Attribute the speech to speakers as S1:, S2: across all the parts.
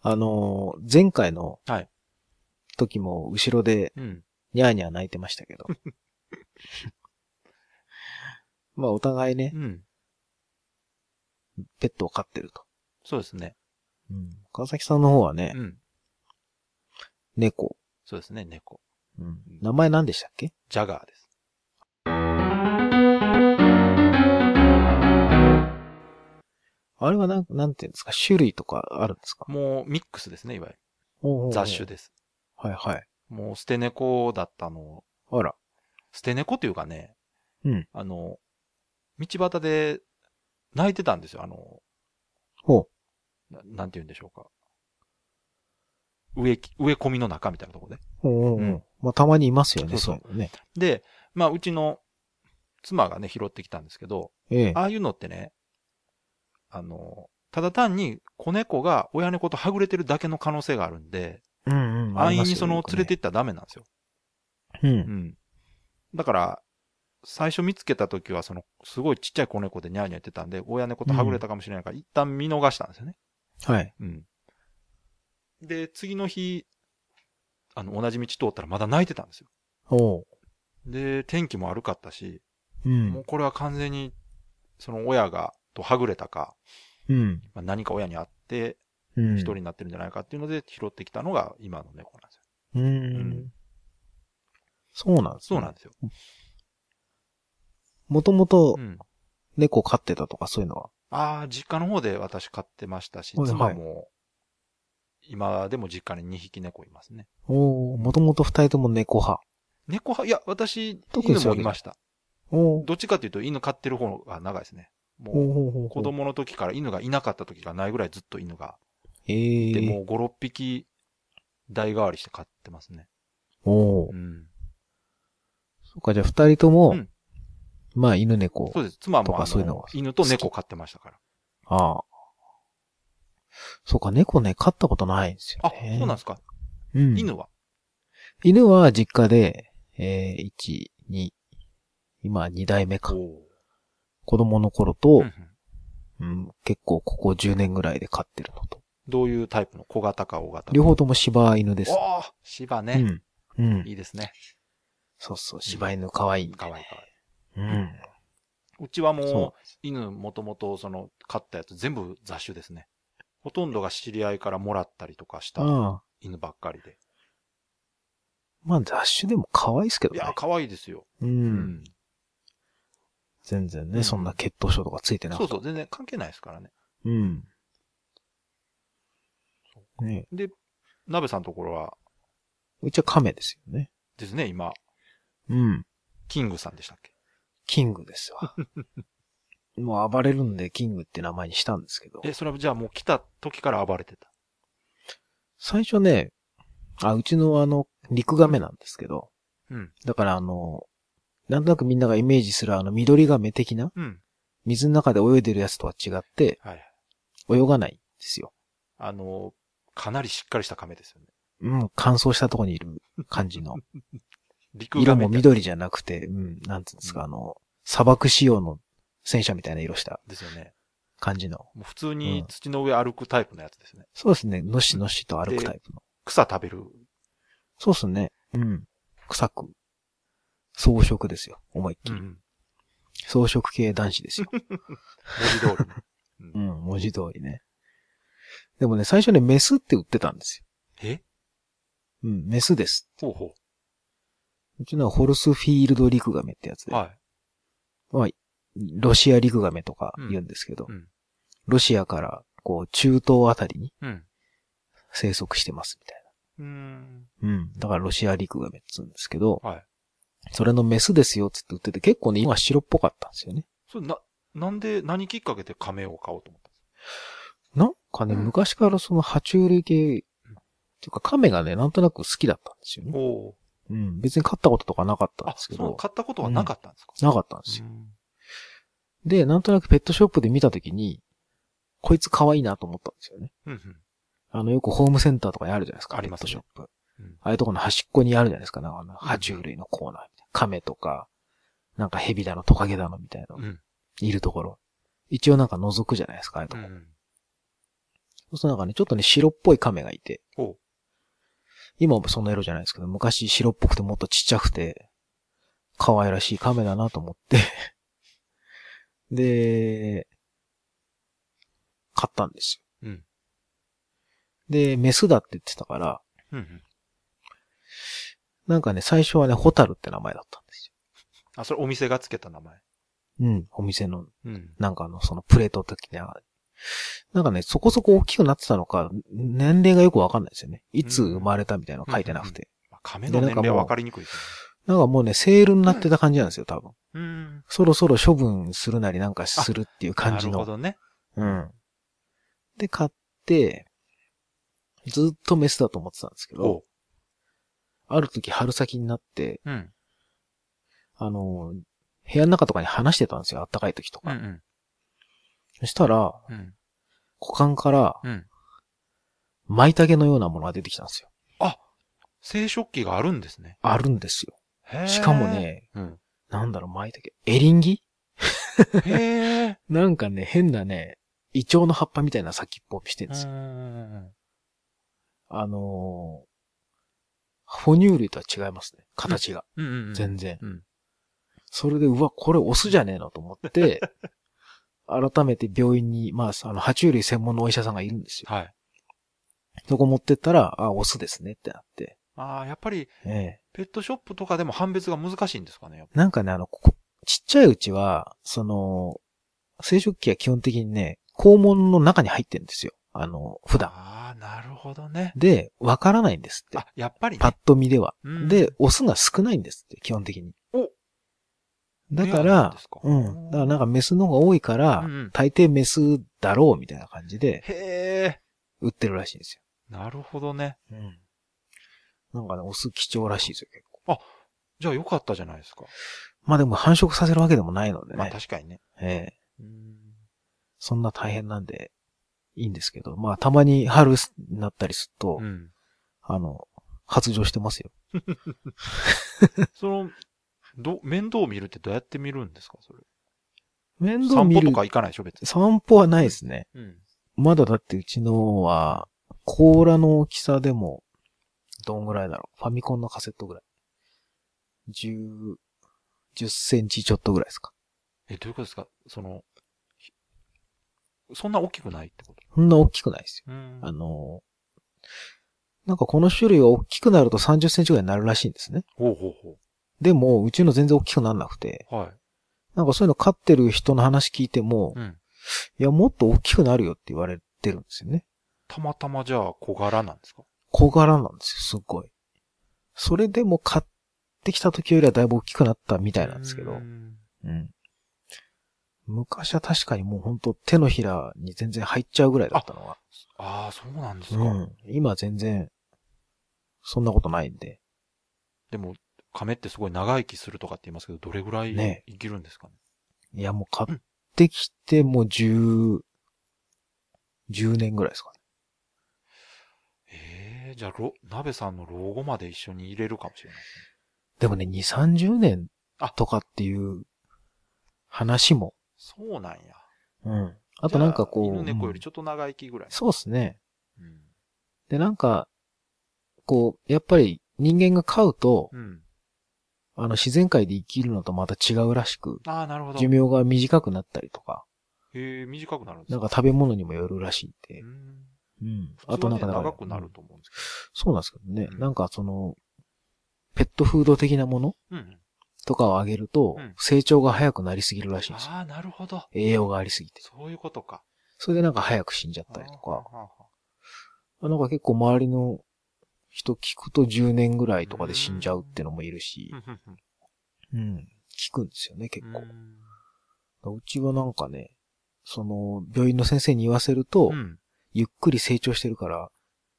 S1: あのー、前回の
S2: はい、
S1: 時も後ろで
S2: うん。
S1: ニャーニャー泣いてましたけ ど。まあお互いね、
S2: うん。
S1: ペットを飼ってると。
S2: そうですね。
S1: うん、川崎さんの方はね、
S2: うん。
S1: 猫。
S2: そうですね、猫。
S1: うん、名前何でしたっけ
S2: ジャガーです。
S1: あれはなん、なんていうんですか種類とかあるんですか
S2: もうミックスですね、いわゆる。雑種
S1: で。
S2: です。
S1: はいはい。
S2: もう捨て猫だったのを、
S1: あら。
S2: 捨て猫っていうかね、
S1: うん
S2: あの、道端で泣いてたんですよ、あの、
S1: ほ
S2: ななんて言うんでしょうか。植木、植え込みの中みたいなところで。
S1: う。うんうんう
S2: うんん。
S1: まあたまにいますよね、そ
S2: そううそう
S1: いうのね。
S2: で、まあ、うちの妻がね、拾ってきたんですけど、
S1: ええ。
S2: ああいうのってね、あの、ただ単に子猫が親猫とはぐれてるだけの可能性があるんで、
S1: うんうん。あ
S2: 安
S1: り
S2: 易
S1: ますよ
S2: にその連れて、行ったらダメなんですよ。
S1: う。
S2: うんん。だから、最初見つけた時は、その、すごいちっちゃい子猫でニャーニャー言ってたんで、親猫とはぐれたかもしれないから、一旦見逃したんですよね。
S1: はい。
S2: うん。で、次の日、あの、同じ道通ったらまだ泣いてたんですよ。
S1: おう。
S2: で、天気も悪かったし、
S1: う
S2: も
S1: ん
S2: う。これは完全に、その親が、とはぐれたか、
S1: うん。
S2: まあ何か親に会って、
S1: うん。
S2: 一人になってるんじゃないかっていうので、拾ってきたのが今の猫なんですよ。
S1: う
S2: うんん。
S1: そうなんです
S2: そうな
S1: す。
S2: んですよ。
S1: もともと
S2: うん。
S1: 猫飼ってたとかそういうのは。
S2: ああ、実家の方で私飼ってましたし、
S1: はいはい
S2: 妻も、今でも実家に2匹猫いますね。
S1: おおもともと二人とも猫派。
S2: 猫派、いや、私、
S1: 特に
S2: 犬
S1: そう
S2: も
S1: いうわけじゃない
S2: いました。
S1: おお
S2: どっちかっていうと犬飼ってる方が長いですね。もう、
S1: お
S2: 子。供の時から犬がいなかった時がないぐらいずっと犬が。
S1: ええ。
S2: で、もう5、6匹代替わりして飼ってますね。
S1: おお
S2: うん。
S1: そっか、じゃあ二人とも
S2: うん、
S1: まあ犬猫
S2: そう。です。妻
S1: と
S2: も
S1: か
S2: あ
S1: そういうの
S2: の
S1: は
S2: 犬と猫飼ってましたから。
S1: ああ。そうか、猫ね、飼ったことないんですよ
S2: あ、
S1: ね。
S2: そうなんですか。
S1: うん
S2: 犬は
S1: 犬は実家で、えー、1、2、今2代目か。
S2: お
S1: 子供の頃
S2: ーう
S1: と
S2: んう、ん
S1: うん、結構ここ10年ぐらいで飼ってるのと。
S2: どういうタイプの小型か大型か
S1: 両方とも柴犬です。
S2: おー芝
S1: う
S2: ね。
S1: ん。うん。
S2: いいですね。
S1: そうそう、柴犬可愛い。
S2: かわいいかわい
S1: うん。
S2: い。うちは
S1: そ
S2: もう、犬もともとその、飼ったやつ全部雑種ですね。ほとんどが知り合いからもらったりとかした
S1: ああ。
S2: 犬ばっかりで。
S1: まあ雑種でも可愛いですけど
S2: い
S1: ね。
S2: や、可愛いですよ。
S1: う。
S2: うんん。
S1: 全然
S2: う
S1: ね、
S2: ん
S1: そんな血統症とかついてなく
S2: そう
S1: て。
S2: そう、全然関係ないですからね。
S1: うん。ね
S2: で、鍋さんのところは、
S1: うちは亀ですよね。
S2: ですね、今、
S1: うん。
S2: キングさんでしたっけ
S1: キングですわ。 もう暴れるんでキングって名前にしたんですけど。
S2: え、それはじゃあもう来た時から暴れてた。
S1: 最初ね、あ、うちのあの、陸亀なんですけど、
S2: うん。
S1: だからあの、なんとなくみんながイメージするあの、緑亀的な、
S2: うん。
S1: 水の中で泳いでるやつとは違って、
S2: はいはい。
S1: 泳がないんですよ。
S2: あの、かなりしっかりした亀ですよね。
S1: うん、乾燥したとこにいる感じ の。
S2: 陸
S1: 色も
S2: 亀
S1: 緑じゃなくて、うん、なんていうんですか、あの、砂漠仕様の戦車みたいな色した
S2: ですよね。
S1: 感じの。
S2: もう普通に土の上歩くタイプのやつですね。
S1: そうですね、のしのしと歩くタイプの。
S2: 草食べる。
S1: そうですね、うん。臭く。装飾ですよ、思いっきり。
S2: 文
S1: 装飾系男子 ですよ。
S2: 字通りね。
S1: う
S2: うん
S1: ん、文字通りね。でもね、最初ね、メスって売ってたんです
S2: え
S1: よ。うん、メスです。
S2: ほうほ
S1: うちのはホルスフィールドリクガメってやつ
S2: う。
S1: で、
S2: はい。
S1: ロシアリクガメとか言うんですけど、
S2: うんうん
S1: ロシアから、こう、中東あたりに
S2: うん。
S1: 生息してますみたいう
S2: ーん。
S1: な。うん。だからロシアリクガメっつうんですけど、
S2: はい。
S1: それのメスですよっつって売ってて、結構ね、今白っぽかったんですよね。
S2: それな、なんで、何きっかけで亀を買おうと思ったんです
S1: なんかね、
S2: うん
S1: 昔からその爬虫類系、っていうか亀がね、なんとなく好きだったんですよ
S2: か
S1: ね。
S2: おお。
S1: うん。別に飼ったこととかなかったん
S2: あ、
S1: ですけ
S2: そう、
S1: ど、
S2: 買ったことはなかったんですか
S1: なかったんですよ
S2: うん
S1: で、なんとなくペットショップで見たときに、こいつ可愛いなと思ったんですよね。
S2: うんうん。
S1: あの、よくホームセンターとかにあるじゃないですか。
S2: あります
S1: ペ
S2: ね
S1: ットショップ。
S2: うん
S1: ああいうとこの端っこにあるじゃないですか。なんかあの、爬虫類のコーナーみたいな。亀とか、なんか蛇だの、トカゲだのみたいな、
S2: うん。
S1: いるところ。一応なんか覗くじゃないですか、ああいうと
S2: う
S1: こ。
S2: ん。
S1: そうするとなんかね、ちょっとね、白っぽい亀がいて、
S2: ほ
S1: 今もその色じゃないですけど、昔白っぽくてもっとちっちゃくて、可愛らしい亀だなと思って、 で、買ったんですよ。
S2: うん
S1: で、メスだって言ってたから、
S2: う。うんうん。
S1: なんかね、最初はね、ホタルって名前だったんです
S2: あ、それお店がつけた名前。
S1: よ。うん。お店の、
S2: うん。
S1: なんかあの、そのプレート的な。なんかね、そこそこ大きくなってたのか、年齢がよくわかんないですよね。いつ生まれたみたいなの書いてなくて。
S2: まあ、亀の年齢は分かりにくいです
S1: なんかもうね、セールになってた感じなんですよ、多分。
S2: ね。うん。
S1: そろそろ処分するなりなんかするっていう感じ
S2: なるほ
S1: の。
S2: どね。
S1: うん。で、買って、ずっとメスだと思ってたんですけ
S2: お
S1: ど、ある時春先になって、
S2: う。うん。
S1: あの、部屋の中とかに話してたんですよ、あったかい時と
S2: う
S1: か。
S2: ん
S1: そしたら、
S2: うん。うん。
S1: 股間から、
S2: うん。
S1: 舞茸のようなものが出てきたんですよ。
S2: あ、生殖器があるんですね。
S1: あるんですよ。
S2: へー
S1: しかも。ね、
S2: うん。
S1: なんだろう、舞茸。エリンギ
S2: へえ。
S1: なんかね、変なね、イチョウの葉っぱみたいな先っぽをしてるん
S2: う
S1: ですよ。
S2: ん。
S1: あのー、哺乳類とは違いますね。形が。
S2: うんうんうん。
S1: 全然。
S2: うん
S1: それで、うわ、これオスじゃねえのと思 って、改めて病院に、まあ、あの、爬虫類専門のお医者さんがいるんですよ。
S2: はい。
S1: そこ持ってったら、あ、オスですねってなって。
S2: ああ、やっぱり、
S1: ええ
S2: ペットショップとかでも判別が難しいんですかね。やっぱ
S1: なんかね、あの、ここ、ちっちゃいうちは、その、生殖器は基本的にね、肛門の中に入ってるんですよ。あの、普段。
S2: ああ、なるほどね。
S1: で、わからないんですって
S2: あ。、やっぱり
S1: パ
S2: ね
S1: ッ。と見では。
S2: うん
S1: で、、オスが少ないんですって、基本的に。
S2: お
S1: だか
S2: レアなん
S1: ら
S2: ですか、
S1: うん。だからなんかメスの方が多いから、
S2: うんうん
S1: 大抵メスだろうみたいな感じで
S2: へえ。
S1: 売ってるらしいんです
S2: なるほどね。
S1: よ。うん。なんかね、オス貴重らしいですよ、結構。
S2: じゃあよかったじゃないですか。
S1: まあでも繁殖させるわけでもないのでね。
S2: まあ確かにね。
S1: ええ
S2: うん
S1: そんな大変なんで、いいんですけど、まあたまに春になったりすると、
S2: うん。
S1: あの、発情してますよ。
S2: その、ど、面倒を見るってどうやって見るんですかそれ。
S1: 面倒
S2: 散
S1: 見
S2: 歩
S1: る
S2: と。か行かないでしょ別に。
S1: 散歩はないですね。
S2: うん。
S1: まだだってうちのは、甲羅の大きさでも、どんぐらいだろう。ファミコンのカセットぐらい。10、10センチちょっとぐらいですか。
S2: え、どういうことですかその、ひそんな大きくないってこと
S1: そんな大きくないですよ。
S2: うん
S1: あのー、なんかこの種類は大きくなると30センチぐらいになるらしいんですね。
S2: ほうほうほ
S1: でも、うちの全然大きくならなくて、
S2: う。はい。
S1: なんかそういうの飼ってる人の話聞いても、
S2: うん。
S1: いや、もっと大きくなるよって言われてるんですよね。
S2: たまたまじゃあ小柄なんですか
S1: 小柄なんですよ、すっごい。それでも買ってきた時よりはだいぶ大きくなったみたいなんですけ
S2: う
S1: ど、
S2: ん
S1: うん。昔は確かにもうほんと手のひらに全然入っちゃうぐらいだったのは、
S2: ああ、そうなんです
S1: う
S2: か。
S1: ん。今全然、そんなことないんで、
S2: でも、亀ってすごい長生きするとかって言いますけど、どれぐらい
S1: ね
S2: 生きるんですかね。
S1: いや、もう買ってきてもう10、10年ぐらいですかね。
S2: ええじゃあ、ろ、鍋さんの老後まで一緒に入れるかもしれないですね。
S1: でもね、2、30年
S2: あ
S1: とかっていう話も、
S2: そうなんや。
S1: うん。あとなんかこ
S2: じゃ
S1: う、
S2: あ犬猫よ
S1: う
S2: り
S1: ん
S2: ちょっと長生きぐらい。
S1: そうですね。
S2: うん。
S1: で、なんか、こう、やっぱり人間が飼うと、
S2: うん。
S1: あの、自然界で生きるのとまた違うらしく、
S2: ああ、なるほど。
S1: 寿
S2: へ
S1: 命が短くなったりとか、
S2: え短くなるんです
S1: なんか
S2: か
S1: 食べ物にもよるらしいんで
S2: う。ん。
S1: うん。
S2: あ
S1: あと
S2: とな
S1: なんん
S2: か
S1: かだから
S2: 長くなると思うんです
S1: そうなんですけどね。
S2: うん
S1: なんかその、ペットフード的なもの
S2: けど。うん。
S1: とかをあげると
S2: うん、
S1: 成長が早くなりすぎるらしいんですよ。
S2: ああ、なるほど。
S1: 栄養がありすぎて。
S2: そういうことか。
S1: それでなんか早く死んじゃったりと
S2: は
S1: か。
S2: あはあは
S1: なんか結構周りの人聞くと10年ぐらいとかで死んじゃうってのもいるし、
S2: あふんふんふ
S1: うん。聞くんですよね、結
S2: ん
S1: 構
S2: う。ん
S1: うちはなんかね、その、病院の先生に言わせると、
S2: うん。
S1: ゆっくり成長してるから、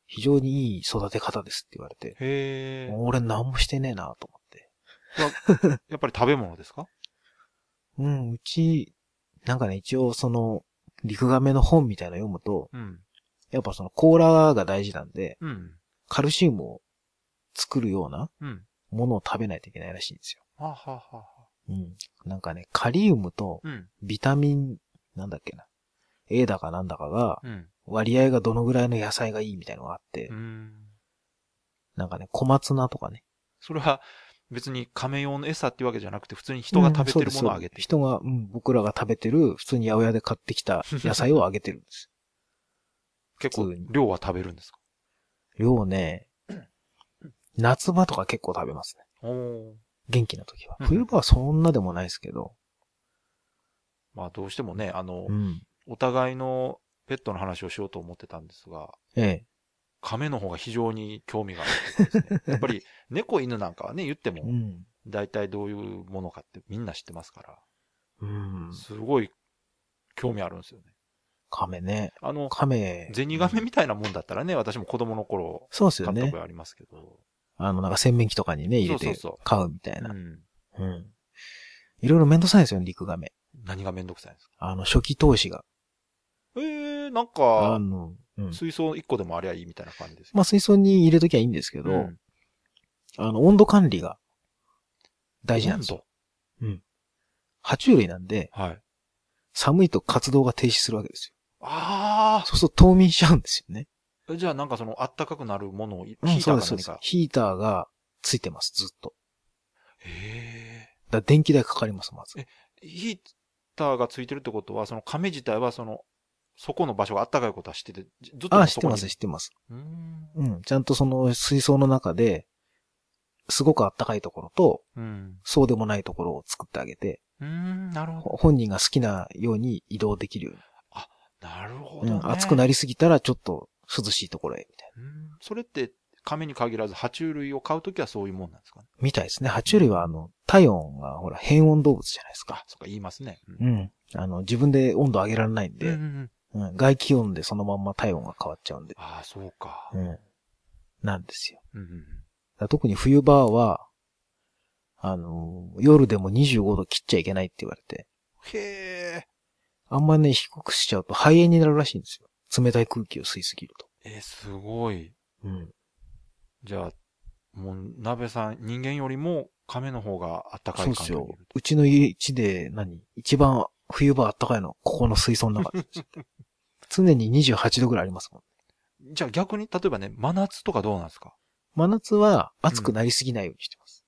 S1: 非常にいい育て方ですって言われて、
S2: へえ。
S1: 俺何もしてねえなと思って。
S2: やっぱり食べ物ですか
S1: うん、うち、なんかね、一応その、陸亀の本みたいなの読むと、
S2: うん。
S1: やっぱその甲羅が大事なんで、
S2: うん。
S1: カルシウムを作るような
S2: うん。
S1: ものを食べないといけないらしいんですよ。
S2: はあ、はあはあはあ、
S1: うん。なんかね、カリウムと
S2: うん。
S1: ビタミン、なんだっけな。A だかなんだかが
S2: うん。
S1: 割合がどのぐらいの野菜がいいみたいのがあって、
S2: うん。
S1: なんかね、小松菜とかね。
S2: それは別に亀用の餌っていうわけじゃなくて、普通に人が食べてるものをあげ
S1: うんそう
S2: て
S1: です
S2: い
S1: 人が、うん、僕らが食べてる、普通に八百屋で買ってき た野菜をあげてるんです。
S2: 結
S1: 普
S2: 構
S1: 通に、
S2: 量は食べるんですか
S1: 量ね、夏場とか結構食べますね。
S2: おお。
S1: 元気な時は。
S2: うん
S1: 冬場はそんなでもないですけど。
S2: まあどうしてもね、あの
S1: う、ん。
S2: お互いのペットの話をしようと思ってたんですが、
S1: え
S2: 亀の方が非常に興味があるということ ですね。やっぱり猫犬なんかはね、言って
S1: え。
S2: も
S1: う、ん。
S2: 大体どういうものかってみんな知ってますか
S1: うん
S2: ら、。すごい興味あるんですよね。
S1: 亀ね。
S2: あの、
S1: 亀。
S2: ゼニガメみたいなもんだったらね、私も子供の頃、
S1: そうです
S2: 買
S1: よ
S2: った
S1: ね
S2: 覚え。ありますけど。
S1: あの、なんか洗面器とかにね、入れ
S2: そう
S1: て
S2: そうそう
S1: 飼うみたいな
S2: う。ん。
S1: うん。いろいろめんどくさいですよね、陸亀。
S2: 何がめんどくさいんですか
S1: あの、初期投資が。
S2: えー、なん
S1: あ
S2: か、
S1: の、うん。
S2: 水槽1個でもありゃいいみたいな感じです
S1: まあ、水槽に入れときゃいいんですけ
S2: け
S1: ど、
S2: ど、
S1: あの、温度管理が大事なんですよ。
S2: と。
S1: 爬虫類なんで、
S2: はい。
S1: 寒いと活動が停止するわけですよ。
S2: あ
S1: そうすると冬眠しちゃうんですよね。
S2: あじゃあなんかその、あったかくなるものを、ヒ
S1: うん、
S2: ータ
S1: そうで
S2: ーか
S1: す、そうで
S2: 何
S1: す
S2: か。。
S1: ヒーターがついてます、ずっと。
S2: へ
S1: だから電気代かかります、まず
S2: え。え。ヒーターがついてるってことは、その亀自体はその、そこの場所があったかいことは知ってて、ずずっと
S1: あ、知
S2: そ
S1: って
S2: こに
S1: ます、知ってます。
S2: うーん。
S1: うん。ちゃんとその水槽の中で、すごく暖かいところと、
S2: うん。
S1: そうでもないところを作ってあげて、
S2: うーん、なるほど。
S1: ほ本人が好きなように移動できるように。
S2: なるほ
S1: う
S2: ど、ね
S1: ん、暑くなりすぎたらちょっと涼しいところへ、みたい
S2: うんそれって、亀に限らず、爬虫類を飼うときはそういうもんなんですかね。
S1: な。みたいですね。爬虫類はあの、体温がほら、変温動物じゃないですか
S2: あ。、そっか、言いますね。う
S1: う。ん。あの、自分で温度上げられないん
S2: で、
S1: で、うん、外気温でそのまんま体温が変わっちゃうんで。
S2: ああ、そうか。
S1: うん。なんですよ。
S2: うんうん
S1: だから特に冬場は、あの、夜でも25度切っちゃいけないって言われて、
S2: へえ。
S1: あんまね、低くしちゃうと肺炎になるらしいんですよ。冷たい空気を吸いすぎると。
S2: えー、すごい。
S1: うん。
S2: じゃあ、もう、鍋さん、人間よりも亀の方があったかい
S1: そうで
S2: 感
S1: す
S2: じにい
S1: よ
S2: る。
S1: うちの家で何一番冬場あったかいのはここの水槽の 中です。常に28度ぐらいありますもん。
S2: じゃあ逆に、例えばね、真夏とかどうなんですか
S1: 真夏は暑くなりすぎないようにしてます。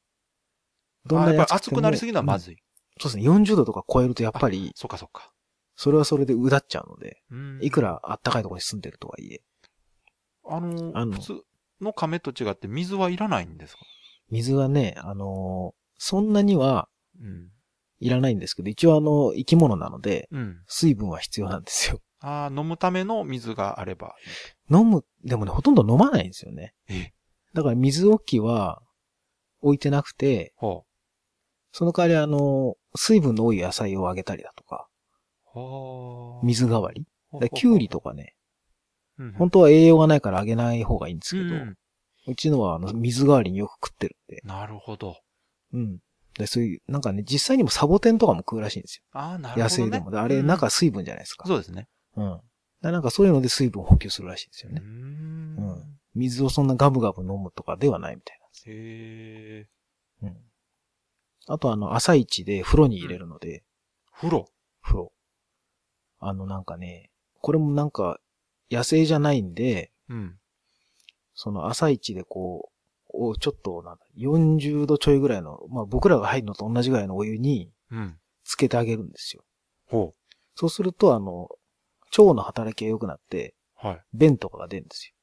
S1: どん
S2: あ
S1: な
S2: ー
S1: に
S2: やっ
S1: 暑
S2: ぱり暑くなりすぎるのはま
S1: い。
S2: ずい。
S1: うんそうですね。40度とか超えるとやっぱり、
S2: そっかそっか。
S1: それはそれでうだっちゃうので、
S2: うん
S1: いくらあったかいところに住んでるとはいえ、
S2: あの
S1: あの
S2: 普通の亀と違って水はいらないんですか
S1: 水はね、あのーそんなには
S2: うん。
S1: いらないんですけど、一応あの、生き物なので、
S2: うん。
S1: 水分は必要なんですよ。
S2: ああ、飲むための水があればいい。
S1: 飲む、でもね、ほとんど飲まないんですよね。
S2: え
S1: だから水置きは置いてなくて、
S2: ほ
S1: その代わりあの、水分の多い野菜をあげたりだとか、
S2: う。ほう。
S1: 水代わり。
S2: ほう。
S1: だからキュウリとかね、
S2: ほう、ほう
S1: 本当は栄養がないからあげない方がいいんですけど、
S2: う
S1: うんちのはあの水代わりによく食ってるんで、
S2: なるほど。
S1: うん。で、そういう、なんかね、実際にもサボテンとかも食うらしいんですよ。
S2: ああ、なるほど、ね。
S1: 野生でも。であれ、
S2: うん
S1: 中水分じゃないですか。
S2: そうですね。
S1: うん。だからなんかそういうので水分補給するらしいんですよ
S2: う
S1: ね。
S2: ん
S1: うん水をそんなガブガブ飲むとかではないみたいなんです
S2: へえ。
S1: よ。うん。あとあの、朝一で風呂に入れるので、
S2: 風呂。
S1: 風呂。あのなんかね、これもなんか野生じゃないんで、
S2: うん。
S1: その朝一でこう、おちょっとなんだ、40度ちょいぐらいの、まあ僕らが入るのと同じぐらいのお湯に
S2: うん。
S1: つけてあげるんですよ。
S2: ほ
S1: そうするとあの、腸の働きが良くなって、
S2: う。はい。
S1: 便とかが出るんですよ。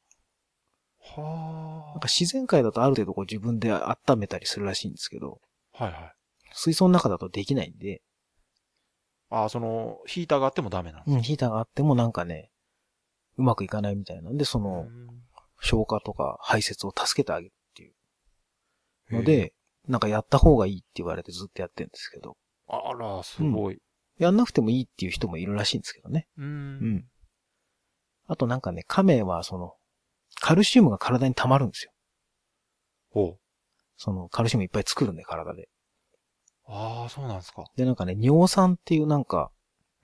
S1: な
S2: は
S1: んか自然界だとある程度こう自分で温めたりするらしいんですけど、
S2: あ。はいはい。
S1: 水槽の中だとできないんで、
S2: ああ、その、ヒーターがあってもダメなんです
S1: うん、ヒーターがあってもなんかね、うまくいかないみたいなんで、そ
S2: ね
S1: の、消化とか排泄を助けてあげるの、
S2: へえ
S1: で、なんかやった方がいいって言われてずっとやってるんですけど、
S2: あら、すごい。
S1: やんなくてもいいっていう人もいるらしいんですけどね。
S2: う。
S1: うんん。あとなんかね、亀はその、カルシウムが体に溜まるんですよ。
S2: ほう。
S1: その、カルシウムいっぱい作るんで、体で。
S2: ああ、そうなんですか。
S1: で、なんかね、尿酸っていうなんか、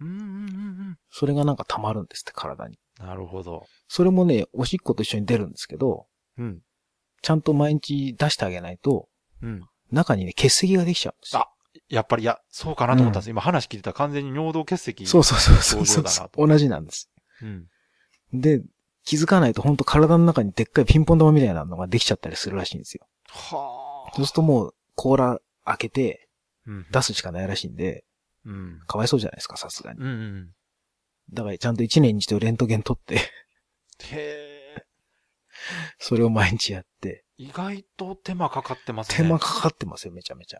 S2: うんうんうん
S1: それがなんか溜まるんですって、体に。
S2: うん。なるほど。
S1: それもね、おしっこと一緒に出るんですけど、
S2: うん。
S1: ちゃんと毎日出してあげないと、
S2: うん。
S1: 中にね、血石ができちゃうんですよ。
S2: あやっぱり、いや、そうかなと思ったんです。今話聞いてたら完全に尿道結石。
S1: そうそうそうそう
S2: そうだなと
S1: 同じなんです。
S2: う。うん。
S1: で、気づかないとほんと体の中にでっかいピンポン玉みたいなのができちゃったりするらしいんですよ。
S2: は
S1: そうするともう甲羅開けて
S2: うん。
S1: 出すしかないらしいんで、
S2: うん。
S1: かわいそうじゃないですか、さすがに。
S2: うんうん。
S1: だからちゃんと1年に一度レントゲン撮って、
S2: へえ。
S1: それを毎日やって、
S2: 意外と手間かかってますね。
S1: 手間かかってますよ、めちゃめちゃ。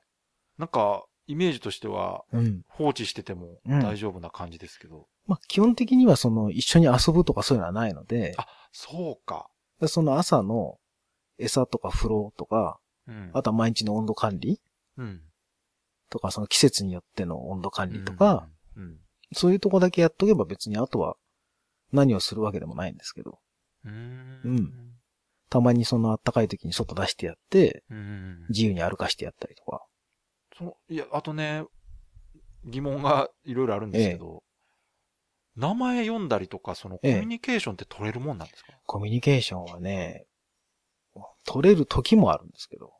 S2: なんか、イメージとしては、
S1: うん。
S2: 放置してても
S1: うん
S2: 大丈夫な感じですけど。
S1: まあ、基本的にはその、一緒に遊ぶとかそういうのはないので、
S2: あ、そうか。
S1: でその朝の餌とか風呂とか、
S2: うん。
S1: あとは毎日の温度管理
S2: うん。
S1: とか、その季節によっての温度管理とか、
S2: うん。うん。
S1: そういうとこだけやっとけば別にあとは何をするわけでもないんですけど、
S2: う。
S1: うんたまにその暖かい時に外出してやって、
S2: うん。
S1: 自由に歩かしてやったりとか。
S2: その、いや、あとね、疑問がいろいろあるんですけど、名前読んだりとか、そのコミュニケーションって取れるもんなんですか、
S1: コミュニケーションはね、取れる時もあるんですけど、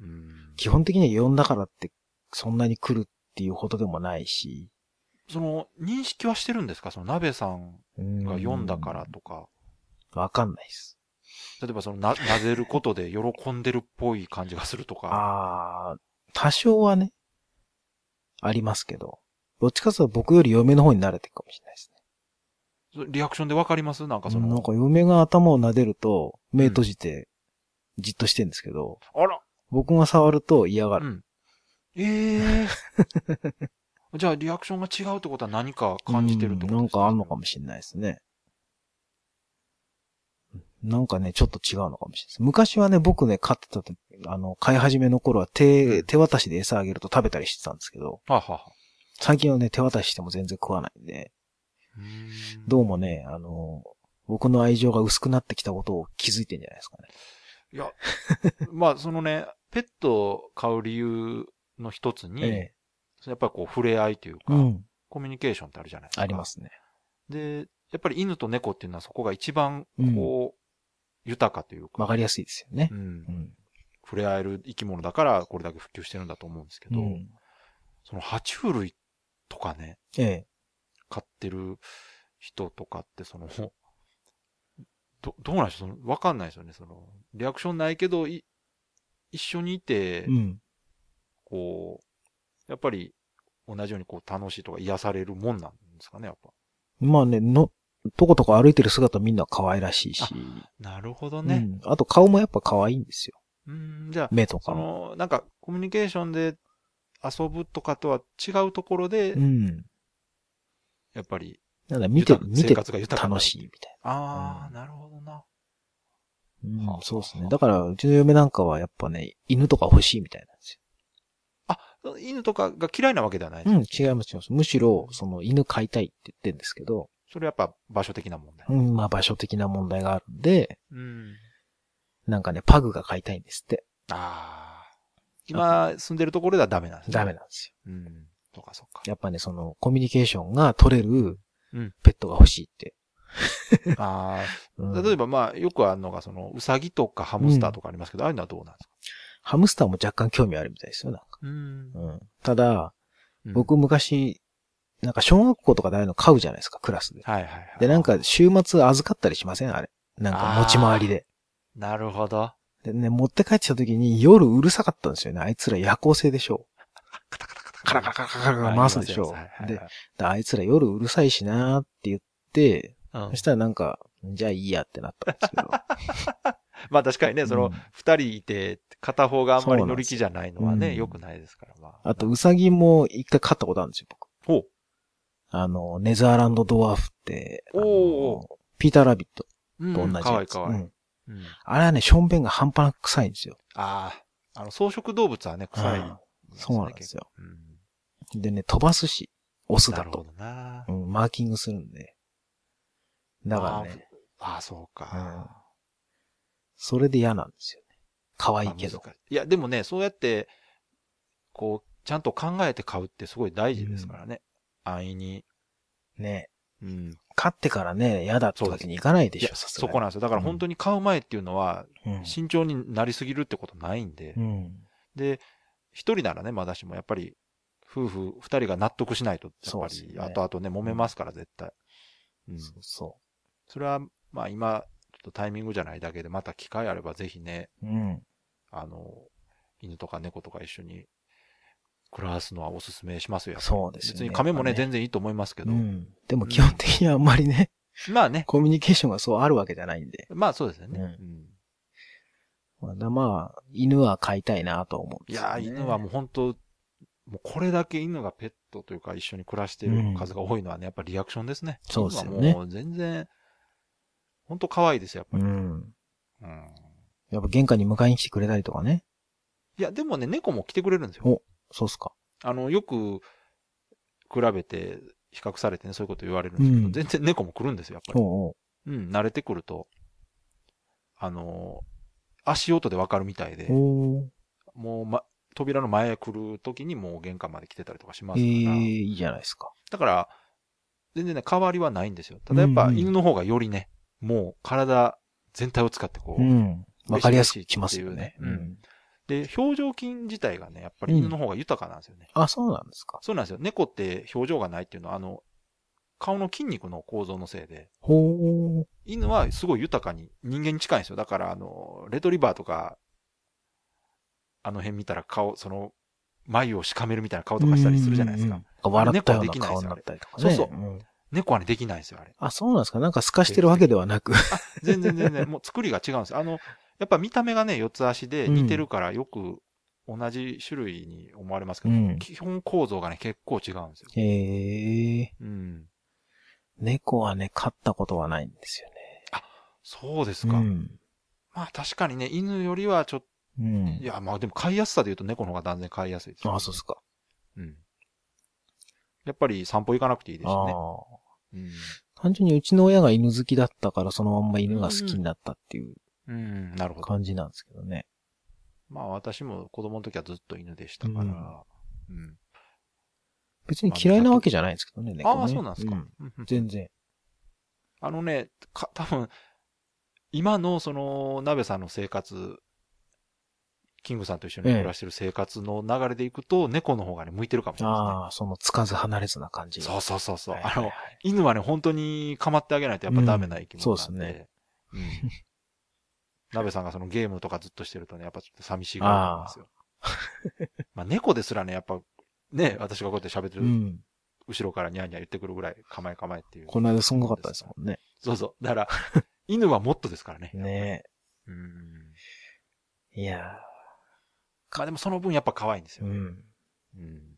S2: うん
S1: 基本的には呼んだからってそんなに来るっていうほどでもないし、
S2: その、認識はしてるんですかその、鍋さん
S1: うん
S2: が読んだからとか、
S1: わかんないです。
S2: 例えばその、な、なぜることで喜んでるっぽい感じがするとか、
S1: ああ、多少はね、ありますけど、どっちかというと僕より嫁の方に慣れてるかもしれないですね。
S2: そリアクションでわかりますなんかそ
S1: なん
S2: の、
S1: か嫁が頭を撫でると、目閉じて、じっとしてるんですけど、
S2: あら、
S1: 僕が触ると嫌が
S2: う
S1: る。
S2: ん。ええ じゃあ、リアクションが違うってことは何か感じてるってこと
S1: うんなん
S2: です
S1: かあんのかもしれないですね。なんかね、ちょっと違うのかもしれないです。昔はね、僕ね、飼ってた時、あの、飼い始めの頃は手、手渡しで餌あげると食べたりしてたんですけど、
S2: はあはあはあ
S1: 最近はね、手渡ししても全然食わないんで、
S2: うーん
S1: どうもね、あの、僕の愛情が薄くなってきたことを気づいてんじゃないですかね。
S2: いや、まあ、そのね、ペットを飼う理由の一つに、
S1: ええ。
S2: やっぱりこう、触れ合いというか、
S1: うん。
S2: コミュニケーションってあるじゃないですか。
S1: ありま。すね。
S2: で、やっぱり犬と猫っていうのはそこが一番、
S1: うん
S2: こう、豊かというか、
S1: わかりやすいですよね
S2: う。ん
S1: う、ん。
S2: 触れ合える生き物だから、これだけ普及してるんだと思うんですけど、
S1: うん
S2: その、爬虫類とかね、
S1: ええ。
S2: 飼ってる人とかって、その、 ど、どうなんでしょうそのわかんないですよね。その、リアクションないけど、い、一緒にいて、
S1: うん。
S2: こう、やっぱり同じようにこう楽しいとか癒されるもんなんですかね、やっぱ。
S1: まあね、の、とことこ歩いてる姿みんな可愛らしいし、
S2: なるほど
S1: う
S2: ね。
S1: ん。あと顔もやっぱ可愛いんですよ。
S2: うん、じゃあ、
S1: 目とか
S2: そ
S1: も。
S2: の、なんかコミュニケーションで遊ぶとかとは違うところで、
S1: うん。
S2: やっぱり、
S1: なんだ、見て、
S2: 豊か
S1: 見
S2: 生
S1: て
S2: 活が豊かにな
S1: 楽
S2: る
S1: しいみたい
S2: ああ、
S1: うん
S2: なるほどな。
S1: な。
S2: は
S1: う
S2: あ
S1: ん、そうですね。だから、うちの嫁なんかはやっぱね、犬とか欲しいみたいなんです
S2: あ、犬とかが嫌いなわけではない。
S1: よ。うん、違います、違います。むしろ、その、犬飼いたいって言ってんですけど、
S2: それやっぱ場所的な問題。
S1: うん、まあ場所的な問題があるんで、
S2: うん。
S1: なんかね、パグが飼いたいんですって。
S2: ああ。今住んでるところではダメなんですね。
S1: ダメなんです
S2: うん。そう かそうか。
S1: よ。やっぱね、その、コミュニケーションが取れる
S2: うん、
S1: ペットが欲しいって。
S2: あ
S1: うん
S2: あ。例えばまあ、よくあるのが、その、ウサギとかハムスターとかありますけど、ああいうのはどうなんですか
S1: ハムスターも若干興味あるみたいですよ、なんか。
S2: うん
S1: うん。ただ、
S2: うん
S1: 僕昔、なんか小学校とかでああいうの飼うじゃないですか、クラスで。
S2: はいはいはい。
S1: で、なん、か週末預かったりしませんあれ。なんか持ち回りで。
S2: なるほど。
S1: でね、持って帰ってきた時に夜うるさかったんですよね。あいつら夜行性でしょ。
S2: カタカタカタ
S1: カラカラカラカラカラ回すでしょ
S2: はいはいはい
S1: でであいつら夜うるさいしなーって言って、
S2: うん
S1: そしたらなんか、じゃあいいやってなったんです けど。
S2: まあ確かにね、その、二人いて、片方があんまり乗り気じゃないのは
S1: うん
S2: ね、良くないですから、まあ。
S1: あと、ウサギも一回飼ったことあるんですよ、僕。
S2: ほ
S1: あの、ネザーランドドワーフって、あの
S2: お
S1: ピーターラビット
S2: う。うん
S1: と同じやつ。
S2: かわいいかわ
S1: う
S2: いい。
S1: ん
S2: うん
S1: あれはね、ションベンが半端なく臭いんですよ。
S2: ああ、あの、草食動物はね、臭い
S1: うん。そうなんですよ。
S2: 結構。うん
S1: でね、飛ばすし、オス
S2: な
S1: だ
S2: るほ
S1: と。
S2: どな。
S1: うん、マーキングするんで。だからね、
S2: ああ、そうか。
S1: それで嫌なんですよね。可愛
S2: ま
S1: い
S2: あ
S1: けど。
S2: 難しいいや、でもね、そうやって、こう、ちゃんと考えて買うってすごい大事ですからね。安易に。
S1: ね。
S2: うん。
S1: 飼ってからね、嫌だってわけにいかないで
S2: い
S1: し
S2: や
S1: ょ、さすが
S2: そ
S1: に。
S2: こなんですよ。だから本当に買う前っていうのは、
S1: うん
S2: 慎重になりすぎるってことないんで。
S1: うん。
S2: で、一人ならね、まだしもやっぱり、夫婦二人が納得しないと、やっ
S1: そう
S2: ぱ
S1: です
S2: り、
S1: よね
S2: 後々ね、揉めますから、絶対。うん。
S1: そう
S2: そ
S1: そ
S2: それは、まあ今、ちょっとタイミングじゃないだけで、また機会あればぜひね、
S1: うん。
S2: あの、犬とか猫とか一緒に暮らすのはおすすめしますよ。
S1: そうですよね。
S2: 別に亀もね、
S1: やっぱ
S2: 全然いいと思いますけど。
S1: うん。でも基本的にはあんまりね、
S2: まあね、
S1: コミュニケーションがそうあるわけじゃないんで。
S2: まあそうですよね。
S1: う
S2: うんん
S1: まあ、まあ犬は飼いたいなとは思うん
S2: い
S1: ですよ
S2: やー、
S1: ね
S2: 犬はもう本当、もうこれだけ犬がペットというか一緒に暮らしている数が多いのはね、やっぱリアクションですね。
S1: そうですよね
S2: 犬はもう全然、本当可愛いですよ、やっぱり。
S1: うん。
S2: うん
S1: やっぱ玄関に迎えに来てくれたりとかね。
S2: いや、でもね、猫も来てくれるんです
S1: お
S2: よ。
S1: そうっすか。
S2: あの、よく、比べて、比較されてね、そういうこと言われるんですけど、
S1: うん
S2: 全然猫も来るんですよ、やっぱり。
S1: おうおう。
S2: うん、慣れてくると、あの、足音でわかるみたいで、
S1: おー
S2: もう、ま、扉の前来る時にもう玄関まで来てたりとかします
S1: ええ
S2: から、
S1: いいじゃないですか。
S2: だから、全然ね、変わりはないんですよ。ただやっ
S1: う
S2: ぱ
S1: んうん
S2: 犬の方がよりね、もう体全体を使ってこう、
S1: うん。わかりやすく来ますよ
S2: 嬉し
S1: ね。
S2: いっていうねうん。で、表情筋自体がね、やっぱり犬の方が豊かなんですよね。
S1: あ、そうなんですか。
S2: そうなんですよ。猫って表情がないっていうのは、あの、顔の筋肉の構造のせいで、
S1: ほう。
S2: 犬はすごい豊かに、人間に近いんですよ。だから、あの、レトリバーとか、あの辺見たら顔、その、眉をしかめるみたいな顔とかしたりするじゃないですか。
S1: うんうんうん。笑ったような顔になったりとかね。
S2: そうそうん猫はね、できないんですよ、あれ。
S1: あ、そうなんですか。なんか透かしてるわけでは なく。
S2: 全 然全然、もう作りが違うんですよ。あの、やっぱ見た目がね、四つ足で似てるから、よく同じ種類に思われますけど、
S1: うん
S2: 基本構造がね、結構違うんですよ。
S1: へえ。
S2: うん。
S1: 猫はね、飼ったことはないんですよね。
S2: そうですか。
S1: うん。
S2: まあ確かにね、犬よりはちょっと、
S1: うん。
S2: いや、まあでも飼いやすさで言うと猫の方が断然飼いやすいです。
S1: あ、そうっすか。
S2: うん。やっぱり散歩行かなくていいですし
S1: あ
S2: ね。
S1: あ。
S2: うん
S1: 単純にうちの親が犬好きだったから、そのまんま犬が好きになったっていう
S2: うん、なるほど。
S1: 感じなんですけどね。
S2: まあ私も子供の時はずっと犬でしたから。うん。
S1: 別に嫌いなわけじゃないんですけどね、猫ね。
S2: ああ、そうなんですか。うんうん
S1: 全然。
S2: あのね、か、多分、今のその、鍋さんの生活、キングさんと一緒に
S1: ええ
S2: 暮らしてる生活の流れでいくと、猫の方がね、向いてるかもしれない
S1: ああ、そのつかず離れずな感じ
S2: で
S1: が。
S2: すね。そうそうそうそう。
S1: はい
S2: あ
S1: はいは
S2: の
S1: い、
S2: 犬はね、本当に構ってあげないとやっぱダメな生き物な
S1: うんそう
S2: んで。
S1: で
S2: うん。鍋さんがそのゲームとかずっとしてるとね、やっぱちょっと寂しいがらなんですよ。 まあ猫ですらね、やっぱ、ね、私がこうやって喋って
S1: う
S2: る、
S1: ん。
S2: 後ろからニャーニャー言ってくるぐらい、構え構えっていう。
S1: この間すんごかったですもんね。
S2: そうそう。だから、 犬はもっとですからね。
S1: ね
S2: うん。
S1: え。いや
S2: まあでもその分やっぱ可愛いんです
S1: ーう
S2: よ。
S1: ん。
S2: うん。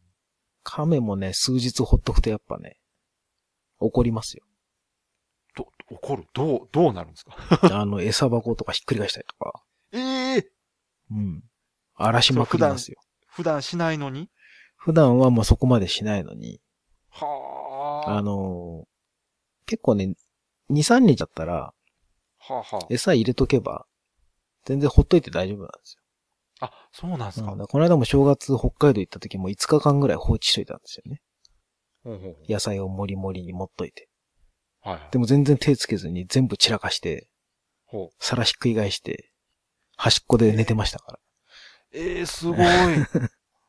S1: 亀もね、数日ほっとくとやっぱね、怒ります よ。
S2: ど、怒るどう、どうなるんですか
S1: あの、餌箱とかひっくり返したりとか。
S2: ええ
S1: うん。荒らしまくりますよ。
S2: 普段しないのに
S1: 普段はまあそこまでしないのに、
S2: はあ。
S1: あのー結構ね、2、3日だったら、
S2: はあ、は
S1: 餌入れとけば、全然ほっといて大丈夫なんです
S2: あ。あ、そうなんです
S1: よ。
S2: か。
S1: うんだからこの間も正月北海道行った時も5日間ぐらい放置しといたんですよね。
S2: ほうほうほう
S1: 野菜をもりもりに持っといて。
S2: はいはい。
S1: でも全然手つけずに全部散らかして、
S2: ほう。
S1: 皿ひっくり返して、端っこで寝てましたから。
S2: ええ すごい。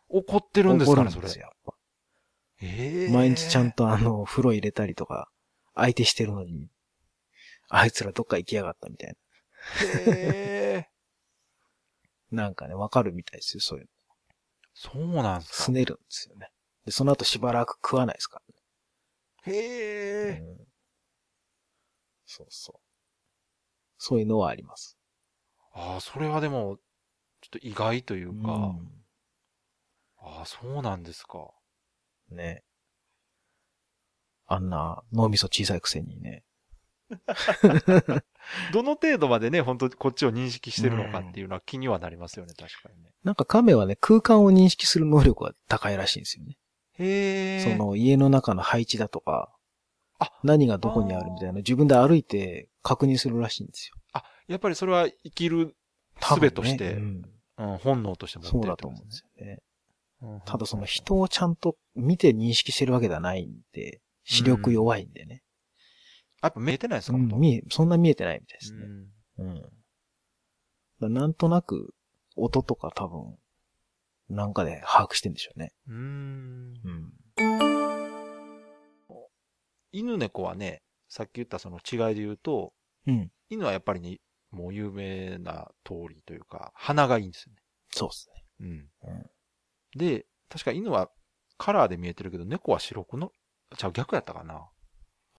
S2: 怒ってるんですかね、それ。
S1: よ、やっぱ。
S2: ええ
S1: 毎日ちゃん。とあの、風呂入れたりとか、相手してるのに、あいつらどっか行きやがったみたい
S2: ええ
S1: な。なんかね、わかるみたいですよ、そういうの。
S2: そうなんです
S1: す
S2: か。
S1: ねるんですよね。で、その後しばらく食わないですから
S2: へえ、
S1: うんそうそう。そういうのはあります。
S2: ああ、それはでも、ちょっと意外というか、ああ、そうなんですか。
S1: うんね。あんな脳みそ小さいくせにね。
S2: どの程度までね、本当こっちを認識してるのかっていうのは気にはなりますよね、確かにね。
S1: なんか亀はね、空間を認識する能力が高いらしいんですよね。
S2: へえ。
S1: そ、の家の中の配置だとか
S2: あ、
S1: 何がどこにあるみたいな、自分で歩いて確認するらしいんですよ。
S2: あ、やっぱりそれは生きる、
S1: 多
S2: 術
S1: 分ね
S2: として、
S1: うん
S2: うん、本能として持って
S1: そ
S2: る
S1: うだ
S2: って
S1: と
S2: こ
S1: 思
S2: と
S1: うん
S2: で
S1: ですすよね。
S2: ね。うん
S1: ただその。人をちゃんと見て認識してるわけではないんで、視力弱いんでね。
S2: あやっぱ見えてないですか、
S1: うん
S2: 本当
S1: 見え、そんな見えてないみたいです
S2: う
S1: ね。う
S2: ん
S1: ん。だからなんとなく、音とか多分、なんかで把握してんでしょうね。
S2: うーん。
S1: うん。
S2: 犬猫はね、さっき言ったその違いで言うと、
S1: うん。
S2: 犬はやっぱりね、もう有名な通りというか、鼻がいいんですよね。
S1: そうですね。
S2: うん。
S1: うん
S2: で、確か犬はカラーで見えてるけど、猫は白黒の、じゃあ逆やったかな。